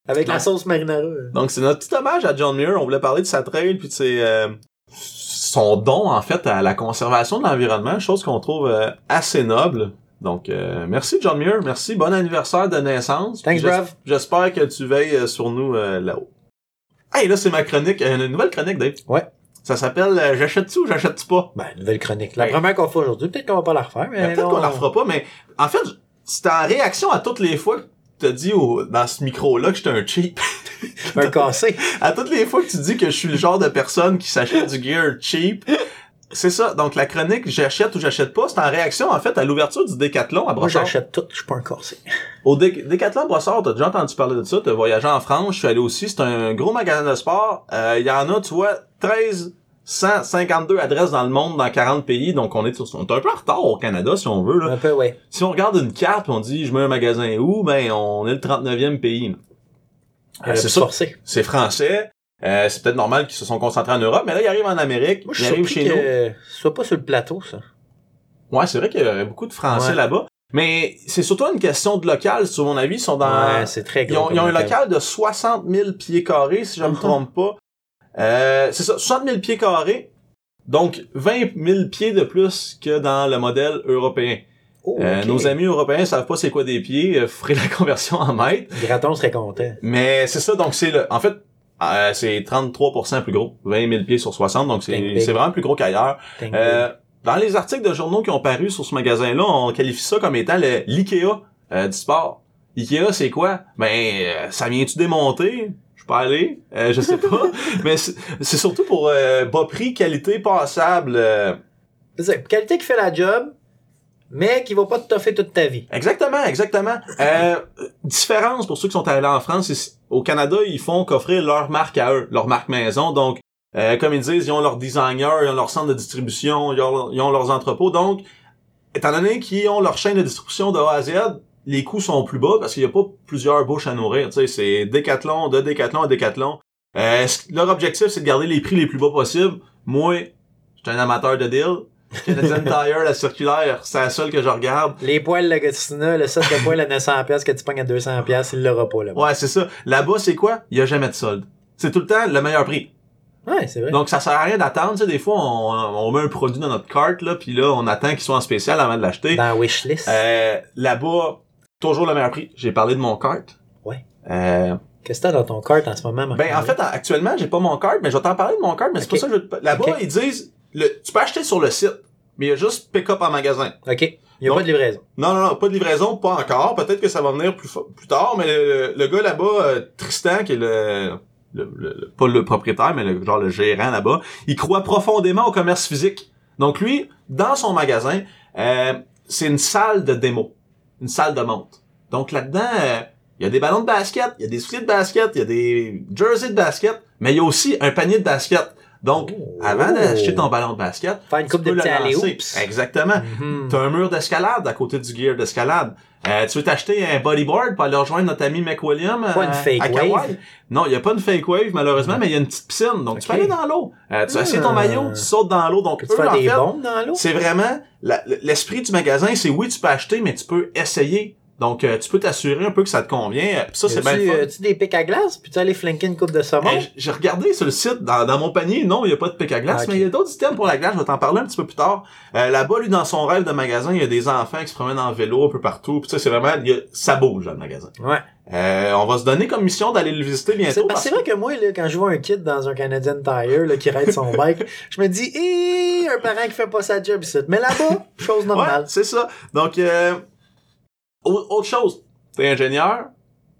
[SPEAKER 1] Avec la
[SPEAKER 2] donc-
[SPEAKER 1] sauce marinara.
[SPEAKER 2] Donc c'est notre petit hommage à John Muir. On voulait parler de sa trail puis de ses, euh, son don en fait à la conservation de l'environnement, chose qu'on trouve euh, assez noble. Donc euh, merci John Muir, merci, bon anniversaire de naissance.
[SPEAKER 1] Thanks,
[SPEAKER 2] Puis j'es-
[SPEAKER 1] bruv.
[SPEAKER 2] J'espère que tu veilles euh, sur nous euh, là-haut. Hey là c'est ma chronique, euh, une nouvelle chronique Dave.
[SPEAKER 1] Ouais.
[SPEAKER 2] Ça s'appelle euh, J'achète-tu ou j'achète-tu pas?
[SPEAKER 1] Ben, nouvelle chronique. La
[SPEAKER 2] Ouais.
[SPEAKER 1] première qu'on fait aujourd'hui, peut-être qu'on va pas la refaire, mais.
[SPEAKER 2] Ben, Peut-être
[SPEAKER 1] non.
[SPEAKER 2] qu'on la refera pas, mais en fait, c'est en réaction à toutes les fois que tu as dit au- dans ce micro-là que j'étais un cheap.
[SPEAKER 1] Un cassé.
[SPEAKER 2] À toutes les fois que tu dis que je suis le genre de personne qui s'achète du gear cheap, c'est ça. Donc la chronique j'achète ou j'achète pas, c'est en réaction en fait à l'ouverture du Décathlon
[SPEAKER 1] Moi,
[SPEAKER 2] à Brossard.
[SPEAKER 1] j'achète tout, je suis pas un cassé.
[SPEAKER 2] Au Dé- Décathlon à Brossard, t'as déjà entendu parler de ça, t'as voyagé en France, je suis allé aussi, c'est un gros magasin de sport. Euh, Il y en a, tu vois, 13 152 adresses dans le monde, dans 40 pays, donc on est, sur- on est un peu en retard au Canada, si on veut. Là.
[SPEAKER 1] Un peu, ouais.
[SPEAKER 2] Si on regarde une carte et on dit, je mets un magasin où, ben on est le 39e pays.
[SPEAKER 1] Euh,
[SPEAKER 2] Euh, c'est
[SPEAKER 1] plus
[SPEAKER 2] ça
[SPEAKER 1] forcé.
[SPEAKER 2] c'est français. Euh, c'est peut-être normal qu'ils se sont concentrés en Europe, mais là, ils arrivent en Amérique,
[SPEAKER 1] Moi, je
[SPEAKER 2] ils
[SPEAKER 1] suis
[SPEAKER 2] arrivent
[SPEAKER 1] surpris
[SPEAKER 2] chez
[SPEAKER 1] que ce soit pas sur le plateau, ça.
[SPEAKER 2] nous. Ouais, c'est vrai qu'il y a beaucoup de Français
[SPEAKER 1] Ouais.
[SPEAKER 2] là-bas. Mais c'est surtout une question de local, sur mon avis. Ils sont dans...
[SPEAKER 1] Ouais, c'est très
[SPEAKER 2] ils, ont,
[SPEAKER 1] gros.
[SPEAKER 2] ils ont un
[SPEAKER 1] comme
[SPEAKER 2] local de 60 000 pieds carrés, si je ne me
[SPEAKER 1] Mhm.
[SPEAKER 2] trompe pas. Euh, c'est ça, 60 000 pieds carrés. Donc, 20 000 pieds de plus que dans le modèle européen.
[SPEAKER 1] Oh,
[SPEAKER 2] Euh,
[SPEAKER 1] ok.
[SPEAKER 2] nos amis européens savent pas c'est quoi des pieds. Euh, ferez la conversion en mètres.
[SPEAKER 1] Graton serait content.
[SPEAKER 2] Mais c'est ça, donc c'est le. En fait, euh, c'est 33% plus gros, 20 000 pieds sur 60, donc
[SPEAKER 1] Think
[SPEAKER 2] c'est
[SPEAKER 1] big.
[SPEAKER 2] c'est vraiment plus gros qu'ailleurs.
[SPEAKER 1] Think
[SPEAKER 2] Euh, dans les articles de journaux qui ont paru sur ce magasin-là, on qualifie ça comme étant le l'IKEA euh, du sport. IKEA, c'est quoi? Ben, euh, ça vient-tu démonter? Je peux aller, euh, je sais pas. Mais c'est c'est surtout pour euh, bas prix, qualité passable. euh,
[SPEAKER 1] big. C'est ça, Qualité qui fait la job, mais qui va pas te toffer toute ta vie.
[SPEAKER 2] Exactement, exactement. Euh, différence pour ceux qui sont allés en France, ici- au Canada, ils font qu'offrir leur marque à eux, leur marque maison. Donc, euh, comme ils disent, ils ont leurs designers, ils ont leur centre de distribution, ils ont, ils ont leurs entrepôts. Donc, étant donné qu'ils ont leur chaîne de distribution de A à Z, les coûts sont plus bas parce qu'il n'y a pas plusieurs bouches à nourrir. Tu sais, c'est décathlon, de décathlon à décathlon. Euh, ce- leur objectif, c'est de garder les prix les plus bas possibles. Moi, je suis un amateur de deal. Canadian Tire, la circulaire, c'est la seule que je regarde.
[SPEAKER 1] Les poils de Gatineau, le set de poils à 900$ piastres que tu pognes à 200$, piastres, il l'aura pas, là.
[SPEAKER 2] Ouais, c'est ça. Là-bas, c'est quoi? Il y a jamais de solde. C'est tout le temps le meilleur prix.
[SPEAKER 1] Ouais, c'est vrai.
[SPEAKER 2] Donc, ça sert à rien d'attendre. Tu sais, des fois, on, on met un produit dans notre carte, là, puis là, on attend qu'il soit en spécial avant de l'acheter.
[SPEAKER 1] Dans la Wishlist.
[SPEAKER 2] Euh, Là-bas, toujours le meilleur prix. J'ai parlé de mon carte.
[SPEAKER 1] Ouais.
[SPEAKER 2] Euh,
[SPEAKER 1] Qu'est-ce que t'as dans ton cart en ce moment, Marc?
[SPEAKER 2] ben, en fait, actuellement, j'ai pas mon carte, mais je vais t'en parler de mon carte, mais c'est
[SPEAKER 1] Ok.
[SPEAKER 2] pour ça que je veux te- Là-bas,
[SPEAKER 1] Ok.
[SPEAKER 2] ils disent, le, tu peux acheter sur le site, mais il y a juste pick-up en magasin.
[SPEAKER 1] OK. Il n'y a
[SPEAKER 2] Donc-
[SPEAKER 1] pas de livraison.
[SPEAKER 2] Non, non, non, pas de livraison, pas encore. Peut-être que ça va venir plus, fo- plus tard, mais le, le gars là-bas, euh, Tristan, qui est le, le- le- le- pas le propriétaire, mais le, genre le gérant là-bas, il croit profondément au commerce physique. Donc lui, dans son magasin, euh, c'est une salle de démo, une salle de montre. Donc là-dedans, euh, il y a des ballons de basket, il y a des souliers de basket, il y a des jerseys de basket, mais il y a aussi un panier de basket. Donc,
[SPEAKER 1] Oh.
[SPEAKER 2] avant d'acheter ton ballon de basket,
[SPEAKER 1] Faire une
[SPEAKER 2] tu
[SPEAKER 1] coupe de
[SPEAKER 2] peux le
[SPEAKER 1] petits
[SPEAKER 2] lancer.
[SPEAKER 1] alley-oops.
[SPEAKER 2] Exactement.
[SPEAKER 1] Mhm.
[SPEAKER 2] T'as un mur d'escalade à côté du gear d'escalade. Euh, tu veux t'acheter un bodyboard pour aller rejoindre notre ami McWilliam euh,
[SPEAKER 1] Pas une fake
[SPEAKER 2] à Kauai?
[SPEAKER 1] wave.
[SPEAKER 2] Non, il y a pas une fake wave malheureusement, mais il y a une petite piscine. Donc tu peux
[SPEAKER 1] Ok.
[SPEAKER 2] aller dans l'eau. Euh, tu
[SPEAKER 1] Ah.
[SPEAKER 2] assieds ton maillot, tu sautes dans l'eau. Donc
[SPEAKER 1] Peux-tu
[SPEAKER 2] eux,
[SPEAKER 1] faire
[SPEAKER 2] en
[SPEAKER 1] des
[SPEAKER 2] fait,
[SPEAKER 1] bombes dans l'eau?
[SPEAKER 2] c'est vraiment la- l'esprit du magasin, c'est oui, tu peux acheter, mais tu peux essayer. Donc euh, tu peux t'assurer un peu que ça te convient. Euh, puis ça, c'est bien le
[SPEAKER 1] tu
[SPEAKER 2] fun. Ben,
[SPEAKER 1] tu des pics à glace? Puis tu aller flanquer une coupe de saumon?
[SPEAKER 2] Hey, Eh, j- J'ai regardé sur le site, dans, dans mon panier, non, il n'y a pas de pic à glace,
[SPEAKER 1] Ah, ok.
[SPEAKER 2] mais il y a d'autres items pour la glace, je vais t'en parler un petit peu plus tard. Euh, Là-bas, lui, dans son rêve de magasin, il y a des enfants qui se promènent en vélo un peu partout. Puis tu sais, c'est vraiment, il y a- ça bouge dans le magasin.
[SPEAKER 1] ouais.
[SPEAKER 2] Euh, on va se donner comme mission d'aller le visiter
[SPEAKER 1] C'est
[SPEAKER 2] bientôt.
[SPEAKER 1] parce-
[SPEAKER 2] parce
[SPEAKER 1] c'est vrai que moi, là, quand je vois un kid dans un Canadian Tire là, qui ride son bike, je me dis, hé, un parent qui fait pas sa job ici. Mais là-bas, chose normale.
[SPEAKER 2] Ouais, c'est ça. Donc, euh, au- autre chose, t'es ingénieur,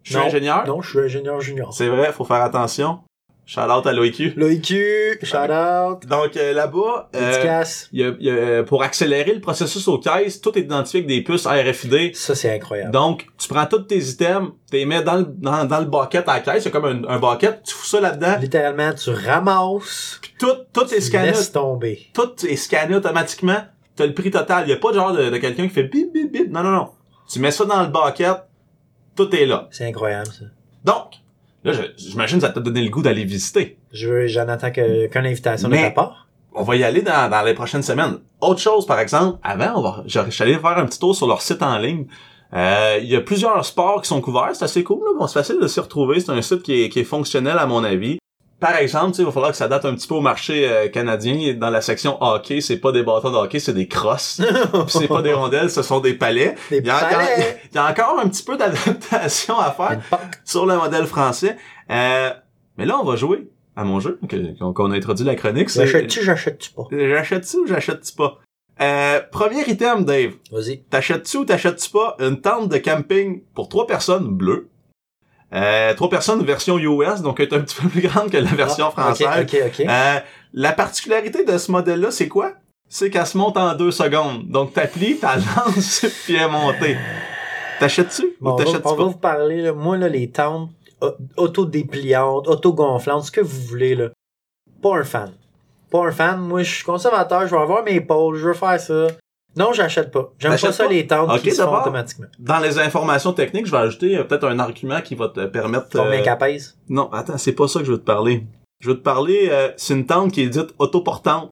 [SPEAKER 2] je suis
[SPEAKER 1] Non.
[SPEAKER 2] ingénieur.
[SPEAKER 1] Non, je suis ingénieur junior.
[SPEAKER 2] C'est vrai, faut faire attention. Shout out à l'OIQ.
[SPEAKER 1] Loïcu, shout out,
[SPEAKER 2] Donc, euh, là-bas... euh,
[SPEAKER 1] dédicace.
[SPEAKER 2] il y a- il y a- pour accélérer le processus aux caisses, tout est identifié avec des puces RFID.
[SPEAKER 1] Ça, c'est incroyable.
[SPEAKER 2] Donc, tu prends tous tes items, tu les mets dans le, dans, dans le bucket à la caisse, c'est comme un, un bucket, tu fous ça là-dedans,
[SPEAKER 1] Littéralement, tu ramasses,
[SPEAKER 2] puis tout, tout est
[SPEAKER 1] tu
[SPEAKER 2] scanné,
[SPEAKER 1] laisses tomber.
[SPEAKER 2] tout est scanné automatiquement, t'as le prix total, y a pas de genre de, de quelqu'un qui fait bip bip bip, non non non. Tu mets ça dans le bucket, tout est là.
[SPEAKER 1] C'est incroyable, ça.
[SPEAKER 2] Donc, là je- j'imagine que ça t'a donné le goût d'aller visiter.
[SPEAKER 1] Je veux, j'en attends que, qu'une invitation de
[SPEAKER 2] Mais-
[SPEAKER 1] ta part.
[SPEAKER 2] On va y aller dans, dans les prochaines semaines. Autre chose, par exemple, avant, on va, je je suis allé faire un petit tour sur leur site en ligne. Euh, Il y a plusieurs sports qui sont couverts, c'est assez cool, là. Bon, c'est facile de s'y retrouver. C'est un site qui est, qui est fonctionnel à mon avis. Par exemple, tu sais, il va falloir que ça date un petit peu au marché euh, canadien. Et Dans la section hockey, c'est pas des bâtons de hockey, c'est des crosses. Puis c'est pas des rondelles, ce sont des palets.
[SPEAKER 1] Des
[SPEAKER 2] Il y a, il y a-
[SPEAKER 1] palais.
[SPEAKER 2] il y a encore un petit peu d'adaptation à faire
[SPEAKER 1] Une porte.
[SPEAKER 2] sur le modèle français. Euh, mais là, on va jouer à mon jeu, que- qu'on qu'on a introduit la chronique, c'est...
[SPEAKER 1] J'achète-tu, j'achète-tu pas?
[SPEAKER 2] J'achète-tu ou j'achète-tu pas? Euh, premier item, Dave.
[SPEAKER 1] Vas-y.
[SPEAKER 2] T'achètes-tu ou t'achètes-tu pas une tente de camping pour trois personnes bleues? Euh, trois personnes version US, donc elle est un petit peu plus grande que la version
[SPEAKER 1] Ah,
[SPEAKER 2] française.
[SPEAKER 1] Ok, ok, ok.
[SPEAKER 2] Euh, la particularité de ce modèle-là, c'est quoi? C'est qu'elle se monte en deux secondes. Donc t'applies, t'as lance, puis elle est montée. T'achètes-tu
[SPEAKER 1] Bon,
[SPEAKER 2] ou
[SPEAKER 1] on va,
[SPEAKER 2] t'achètes-tu
[SPEAKER 1] on va
[SPEAKER 2] pas?
[SPEAKER 1] vous parler, là. moi, là, les tentes au- autodépliantes, autogonflantes, ce que vous voulez, là. Pas un fan. Pas un fan. Moi, je suis conservateur, je vais avoir mes pôles, je veux faire ça. Non, j'achète pas. J'aime
[SPEAKER 2] T'achètes
[SPEAKER 1] pas ça,
[SPEAKER 2] pas?
[SPEAKER 1] les tentes
[SPEAKER 2] Ok,
[SPEAKER 1] qui se font
[SPEAKER 2] d'abord.
[SPEAKER 1] automatiquement.
[SPEAKER 2] Dans les informations techniques, je vais ajouter euh, peut-être un argument qui va te permettre...
[SPEAKER 1] Combien
[SPEAKER 2] euh,
[SPEAKER 1] qu'elle pèse?
[SPEAKER 2] Non, attends, c'est pas ça que je veux te parler. Je veux te parler, euh, c'est une tente qui est dite autoportante.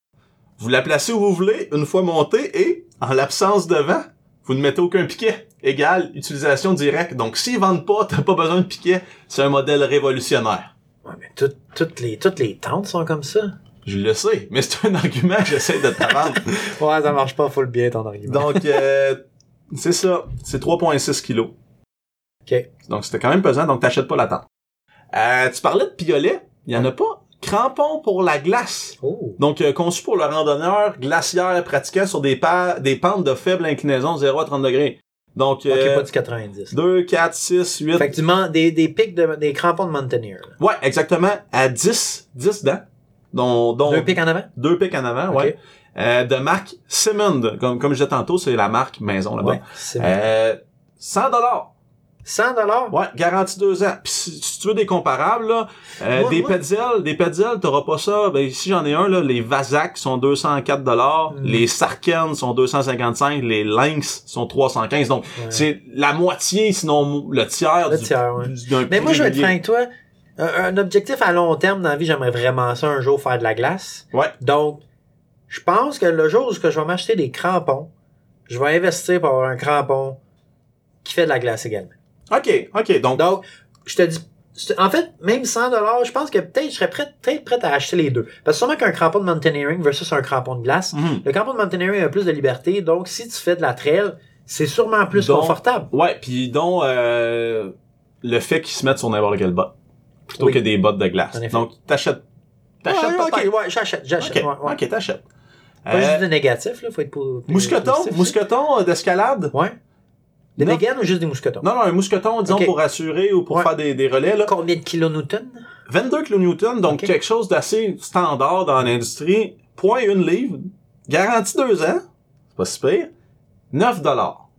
[SPEAKER 2] Vous la placez où vous voulez, une fois montée, et, en l'absence de vent, vous ne mettez aucun piquet. Égal, utilisation directe. Donc, s'ils vendent pas, t'as pas besoin de piquet. C'est un modèle révolutionnaire.
[SPEAKER 1] Ouais, mais tout- toutes, les, toutes les tentes sont comme ça.
[SPEAKER 2] Je le sais, mais c'est un argument que j'essaie de te vendre.
[SPEAKER 1] Ouais, ça marche pas, faut le bien, ton argument.
[SPEAKER 2] Donc, euh, c'est ça. C'est 3,6 kilos.
[SPEAKER 1] Ok.
[SPEAKER 2] Donc, c'était quand même pesant, donc t'achètes pas la tente. Euh, tu parlais de piolet. Il y en a pas. Crampons pour la glace.
[SPEAKER 1] Oh.
[SPEAKER 2] Donc, euh, conçu pour le randonneur, glaciaire, pratiquant sur des, pa- des pentes de faible inclinaison 0 à 30 degrés. Donc,
[SPEAKER 1] Ok,
[SPEAKER 2] euh,
[SPEAKER 1] pas du 90.
[SPEAKER 2] 2, 4, 6, 8...
[SPEAKER 1] Fait que tu manques des, des pics de, des crampons de mountaineer. là.
[SPEAKER 2] Ouais, exactement, à 10, 10 dents. Dont, dont
[SPEAKER 1] Deux pics en avant?
[SPEAKER 2] deux pics en avant,
[SPEAKER 1] Ok.
[SPEAKER 2] ouais. Euh, de marque Simmond. Comme, comme je disais tantôt, c'est la marque maison là-bas.
[SPEAKER 1] Ouais. c'est bon.
[SPEAKER 2] Euh, 100 dollars.
[SPEAKER 1] 100 dollars?
[SPEAKER 2] Ouais, garantie deux ans. Puis si, si tu veux des comparables, là, euh,
[SPEAKER 1] Moi,
[SPEAKER 2] des
[SPEAKER 1] moi-
[SPEAKER 2] Petzels, des Petzels, t'auras pas ça. Ben, ici, j'en ai un, là, les Vazac sont 204 dollars,
[SPEAKER 1] Mm.
[SPEAKER 2] les Sarkens sont 255, les Lynx sont 315. Donc,
[SPEAKER 1] Ouais.
[SPEAKER 2] c'est la moitié, sinon mo- le tiers
[SPEAKER 1] Le
[SPEAKER 2] du-
[SPEAKER 1] tiers, ouais.
[SPEAKER 2] du- d'un
[SPEAKER 1] Mais
[SPEAKER 2] prix
[SPEAKER 1] moi, je vais être
[SPEAKER 2] régulier.
[SPEAKER 1] franc avec toi. Un, un objectif à long terme dans la vie, j'aimerais vraiment ça un jour faire de la glace.
[SPEAKER 2] Ouais.
[SPEAKER 1] Donc, je pense que le jour où je vais m'acheter des crampons, je vais investir pour avoir un crampon qui fait de la glace également.
[SPEAKER 2] OK, OK. Donc,
[SPEAKER 1] Donc, je te dis, c'est- en fait, même 100 je pense que peut-être je serais prêt, peut-être prêt à acheter les deux. Parce que sûrement qu'un crampon de mountaineering versus un crampon de glace,
[SPEAKER 2] mhm.
[SPEAKER 1] le crampon de mountaineering a plus de liberté. Donc, si tu fais de la trail, c'est sûrement plus
[SPEAKER 2] Donc,
[SPEAKER 1] confortable.
[SPEAKER 2] ouais, puis donc, euh, le fait qu'ils se mettent sur n'importe quelle botte, plutôt
[SPEAKER 1] Oui.
[SPEAKER 2] que des bottes de glace.
[SPEAKER 1] En effet.
[SPEAKER 2] Donc, t'achètes, t'achètes
[SPEAKER 1] Ouais,
[SPEAKER 2] peut-être.
[SPEAKER 1] ok, ouais, j'achète, j'achète.
[SPEAKER 2] OK,
[SPEAKER 1] ouais, ouais.
[SPEAKER 2] OK, t'achètes.
[SPEAKER 1] Pas
[SPEAKER 2] Euh,
[SPEAKER 1] juste des négatifs, là, faut être po-
[SPEAKER 2] Mousqueton,
[SPEAKER 1] positif,
[SPEAKER 2] mousqueton euh, d'escalade.
[SPEAKER 1] ça. Ouais. Des
[SPEAKER 2] Non.
[SPEAKER 1] bégaines ou juste des mousquetons?
[SPEAKER 2] Non, non, un mousqueton, disons,
[SPEAKER 1] Ok.
[SPEAKER 2] pour assurer ou pour
[SPEAKER 1] Ouais.
[SPEAKER 2] faire des, des relais. Là.
[SPEAKER 1] Combien de kilonewtons?
[SPEAKER 2] 22 kilonewtons, donc
[SPEAKER 1] Ok.
[SPEAKER 2] quelque chose d'assez standard dans l'industrie. Point une livre, garantie deux ans, c'est pas si pire, 9 dollars.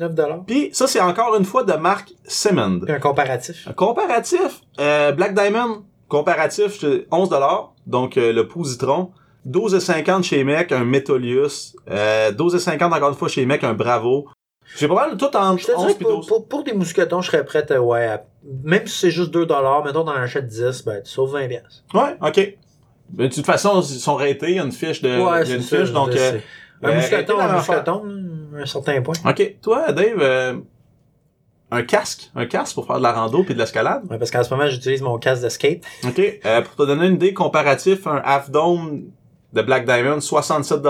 [SPEAKER 1] 9 dollars.
[SPEAKER 2] Puis ça, c'est encore une fois de marque Simmond.
[SPEAKER 1] Puis un comparatif.
[SPEAKER 2] Un Comparatif, euh, Black Diamond, comparatif, je- 11 dollars, donc euh, le positron. 12,50 chez Mec, un Metolius. Euh, 12,50 encore une fois chez Mec, un Bravo. J'ai pas mal tout en
[SPEAKER 1] Je te
[SPEAKER 2] 11
[SPEAKER 1] dirais que
[SPEAKER 2] puis
[SPEAKER 1] pour,
[SPEAKER 2] 12.
[SPEAKER 1] pour, pour des mousquetons, je serais prête, à, ouais, à- même si c'est juste 2 dollars, mettons, dans achètes 10, ben, tu sauves 20 piastres.
[SPEAKER 2] Ouais, ok. Mais Ben, de toute façon, ils sont ratés, il y a une fiche de. Euh, il y a une
[SPEAKER 1] ça,
[SPEAKER 2] fiche,
[SPEAKER 1] je
[SPEAKER 2] donc.
[SPEAKER 1] sais.
[SPEAKER 2] euh,
[SPEAKER 1] un
[SPEAKER 2] euh,
[SPEAKER 1] mousqueton,
[SPEAKER 2] arrêtez
[SPEAKER 1] un
[SPEAKER 2] d'en
[SPEAKER 1] mousqueton, hum, à un certain point.
[SPEAKER 2] ok. Toi, Dave, euh, un casque. Un casque pour faire de la rando puis de l'escalade.
[SPEAKER 1] Ouais, parce qu'en ce moment, j'utilise mon casque de skate.
[SPEAKER 2] OK. Euh, pour te donner une idée, comparatif, un Half Dome de Black Diamond, 67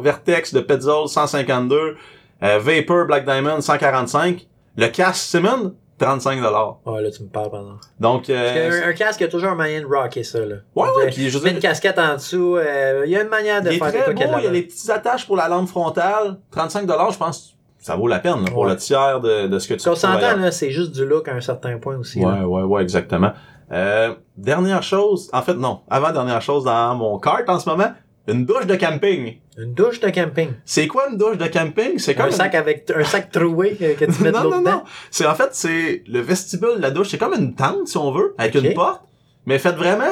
[SPEAKER 2] Vertex de Petzol, 152 euh, Vapor Black Diamond, 145 Le casque Simon, 35
[SPEAKER 1] Ouais, Ah, là, tu me parles, pardon.
[SPEAKER 2] Donc,
[SPEAKER 1] Parce euh,
[SPEAKER 2] euh,
[SPEAKER 1] qu'un- un casque, il y a toujours un moyen de rocker ça, là.
[SPEAKER 2] ouais,
[SPEAKER 1] Je veux
[SPEAKER 2] ouais,
[SPEAKER 1] dire,
[SPEAKER 2] puis je veux
[SPEAKER 1] mets une
[SPEAKER 2] dire,
[SPEAKER 1] casquette en dessous, euh, il y a une manière de
[SPEAKER 2] il est
[SPEAKER 1] faire des
[SPEAKER 2] très beau,
[SPEAKER 1] coquettes
[SPEAKER 2] il y a
[SPEAKER 1] là-bas.
[SPEAKER 2] les petites attaches pour la lampe frontale, 35 je pense, ça vaut la peine, là, pour
[SPEAKER 1] Ouais.
[SPEAKER 2] le tiers de, de ce que tu
[SPEAKER 1] Qu'on
[SPEAKER 2] trouves ailleurs.
[SPEAKER 1] s'entend, là, c'est juste du look à un certain point aussi. là.
[SPEAKER 2] Ouais, ouais, ouais, exactement. Euh, dernière chose, en fait, non, avant dernière chose dans mon cart en ce moment, une douche de camping.
[SPEAKER 1] Une douche de camping.
[SPEAKER 2] C'est quoi une douche de camping? C'est comme
[SPEAKER 1] Un
[SPEAKER 2] une-
[SPEAKER 1] sac avec un sac troué euh, que tu mets de
[SPEAKER 2] non,
[SPEAKER 1] l'eau
[SPEAKER 2] non, non.
[SPEAKER 1] dedans.
[SPEAKER 2] C'est en fait, c'est le vestibule de la douche. C'est comme une tente, si on veut, avec
[SPEAKER 1] Ok.
[SPEAKER 2] une porte. Mais faites vraiment,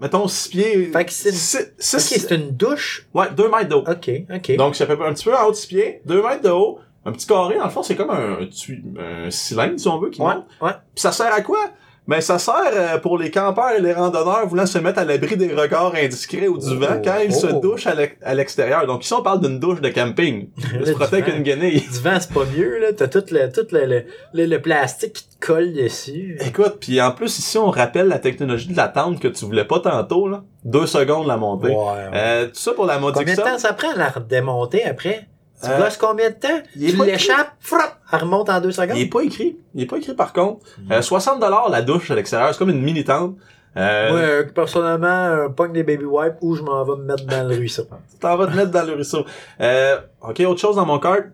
[SPEAKER 2] mettons, six pieds.
[SPEAKER 1] Fait que c'est une-
[SPEAKER 2] six- six-
[SPEAKER 1] Ok, c'est une douche.
[SPEAKER 2] Ouais, deux mètres de haut.
[SPEAKER 1] Ok, ok.
[SPEAKER 2] Donc, ça fait un petit peu en haut de six pieds, deux mètres de haut. Un petit carré, dans le fond, c'est comme un, tu- un cylindre, si on veut, qui
[SPEAKER 1] ouais,
[SPEAKER 2] monte.
[SPEAKER 1] ouais.
[SPEAKER 2] Puis ça sert à quoi? Ben, ça sert euh, pour les campeurs et les randonneurs voulant se mettre à l'abri des regards indiscrets ou du
[SPEAKER 1] Oh,
[SPEAKER 2] vent quand ils se
[SPEAKER 1] oh.
[SPEAKER 2] douchent à l'ex- à l'extérieur. Donc, ici, on parle d'une douche de camping.
[SPEAKER 1] Là,
[SPEAKER 2] Ils se
[SPEAKER 1] du
[SPEAKER 2] protègent
[SPEAKER 1] vent.
[SPEAKER 2] avec une guenille.
[SPEAKER 1] Du vent, c'est pas mieux, là. T'as tout le, tout le, le, le- le plastique qui te colle dessus.
[SPEAKER 2] Écoute, puis en plus, ici, on rappelle la technologie de la tente que tu voulais pas tantôt, là. Deux secondes la montée.
[SPEAKER 1] Ouais, ouais.
[SPEAKER 2] Euh, tout ça pour la
[SPEAKER 1] Combien de
[SPEAKER 2] modification.
[SPEAKER 1] temps ça prend à la redémonter après? Tu
[SPEAKER 2] Euh,
[SPEAKER 1] gosses combien de temps?
[SPEAKER 2] il est
[SPEAKER 1] Tu
[SPEAKER 2] pas
[SPEAKER 1] l'échappes, frappe, elle remonte en deux secondes.
[SPEAKER 2] Il est pas écrit. Il est pas écrit, par contre.
[SPEAKER 1] Mm.
[SPEAKER 2] Euh, 60$ la douche à l'extérieur. C'est comme une mini-tente. Euh,
[SPEAKER 1] Moi, euh, personnellement, un pogne des baby wipes ou je m'en vais me mettre dans le ruisseau.
[SPEAKER 2] T'en vas te mettre dans le ruisseau. Euh, ok, autre chose dans mon cart.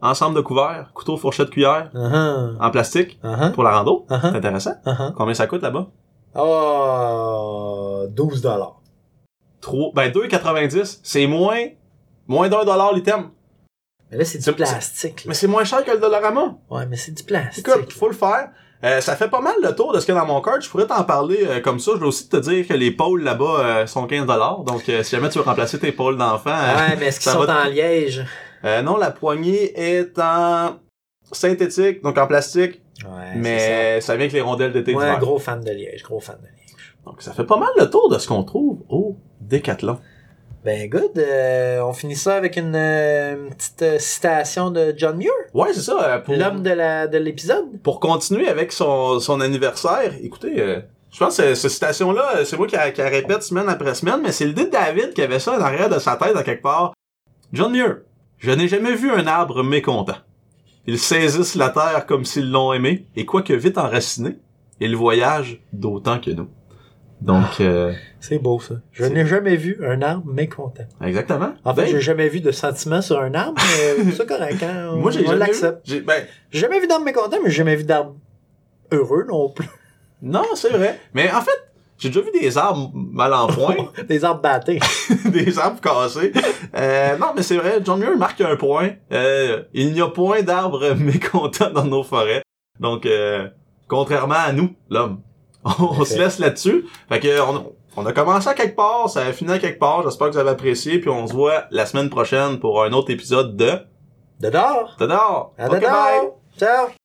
[SPEAKER 2] Ensemble de couverts, couteau, fourchette, cuillère,
[SPEAKER 1] Ah
[SPEAKER 2] en plastique,
[SPEAKER 1] ah
[SPEAKER 2] pour la rando.
[SPEAKER 1] ah
[SPEAKER 2] C'est
[SPEAKER 1] ah
[SPEAKER 2] intéressant.
[SPEAKER 1] ah
[SPEAKER 2] Combien ça coûte là-bas?
[SPEAKER 1] Ah, 12 dollars.
[SPEAKER 2] Trois, ben 2,90. C'est moins, moins d'un dollar l'item.
[SPEAKER 1] Mais là, c'est du
[SPEAKER 2] C'est-
[SPEAKER 1] plastique. là.
[SPEAKER 2] Mais c'est moins cher que le Dollarama.
[SPEAKER 1] Ouais, mais c'est du plastique.
[SPEAKER 2] Écoute, faut le faire. Euh, ça fait pas mal le tour de ce qu'il y a dans mon cart. Je pourrais t'en parler euh, comme ça. Je vais aussi te dire que les pôles là-bas euh, sont 15$. Donc, euh, si jamais tu veux remplacer tes pôles d'enfant... euh,
[SPEAKER 1] Ouais, mais est-ce qu'ils
[SPEAKER 2] ça
[SPEAKER 1] sont
[SPEAKER 2] va
[SPEAKER 1] en liège?
[SPEAKER 2] euh, non, la poignée est en synthétique, donc en plastique.
[SPEAKER 1] Ouais, c'est
[SPEAKER 2] mais ça. vient avec les rondelles d'été
[SPEAKER 1] ça. Moi,
[SPEAKER 2] d'hiver.
[SPEAKER 1] gros fan de liège, gros fan de liège.
[SPEAKER 2] Donc ça fait pas mal le tour de ce qu'on trouve au Décathlon.
[SPEAKER 1] Ben, good. euh, on finit ça avec une euh, petite euh, citation de John Muir,
[SPEAKER 2] Ouais, c'est ça. euh, pour,
[SPEAKER 1] l'homme de la de l'épisode.
[SPEAKER 2] pour continuer avec son, son anniversaire, écoutez, euh, je pense que cette citation-là, euh, c'est moi qui la, qui la répète semaine après semaine, mais c'est l'idée de David qui avait ça en arrière de sa tête à quelque part. John Muir, je n'ai jamais vu un arbre mécontent. Ils saisissent la terre comme s'ils l'ont aimée, et quoique vite enracinés, ils voyagent d'autant que nous. Donc, euh,
[SPEAKER 1] C'est beau, ça. Je
[SPEAKER 2] C'est-
[SPEAKER 1] n'ai jamais vu un arbre mécontent.
[SPEAKER 2] exactement.
[SPEAKER 1] En fait,
[SPEAKER 2] Ben,
[SPEAKER 1] j'ai jamais vu de sentiment sur un arbre, mais c'est correct, hein? On,
[SPEAKER 2] moi, j'ai
[SPEAKER 1] on
[SPEAKER 2] jamais vu-
[SPEAKER 1] l'accepte.
[SPEAKER 2] j'ai- ben,
[SPEAKER 1] J'ai jamais vu d'arbre mécontent, mais j'ai jamais vu d'arbre heureux non plus.
[SPEAKER 2] Non, c'est vrai. Mais en fait, j'ai déjà vu des arbres mal en point,
[SPEAKER 1] Des arbres battés.
[SPEAKER 2] des arbres cassés. Euh, non, mais c'est vrai, John Muir marque un point. Euh, il n'y a point d'arbres mécontents dans nos forêts. Donc, euh, contrairement à nous, l'homme, on,
[SPEAKER 1] En
[SPEAKER 2] se
[SPEAKER 1] effet.
[SPEAKER 2] laisse là-dessus. Fait que on, on a commencé à quelque part, ça a fini à quelque part. J'espère que vous avez apprécié. Puis on se voit la semaine prochaine pour un autre épisode de
[SPEAKER 1] De dehors.
[SPEAKER 2] Tador.
[SPEAKER 1] À de dehors. Ciao.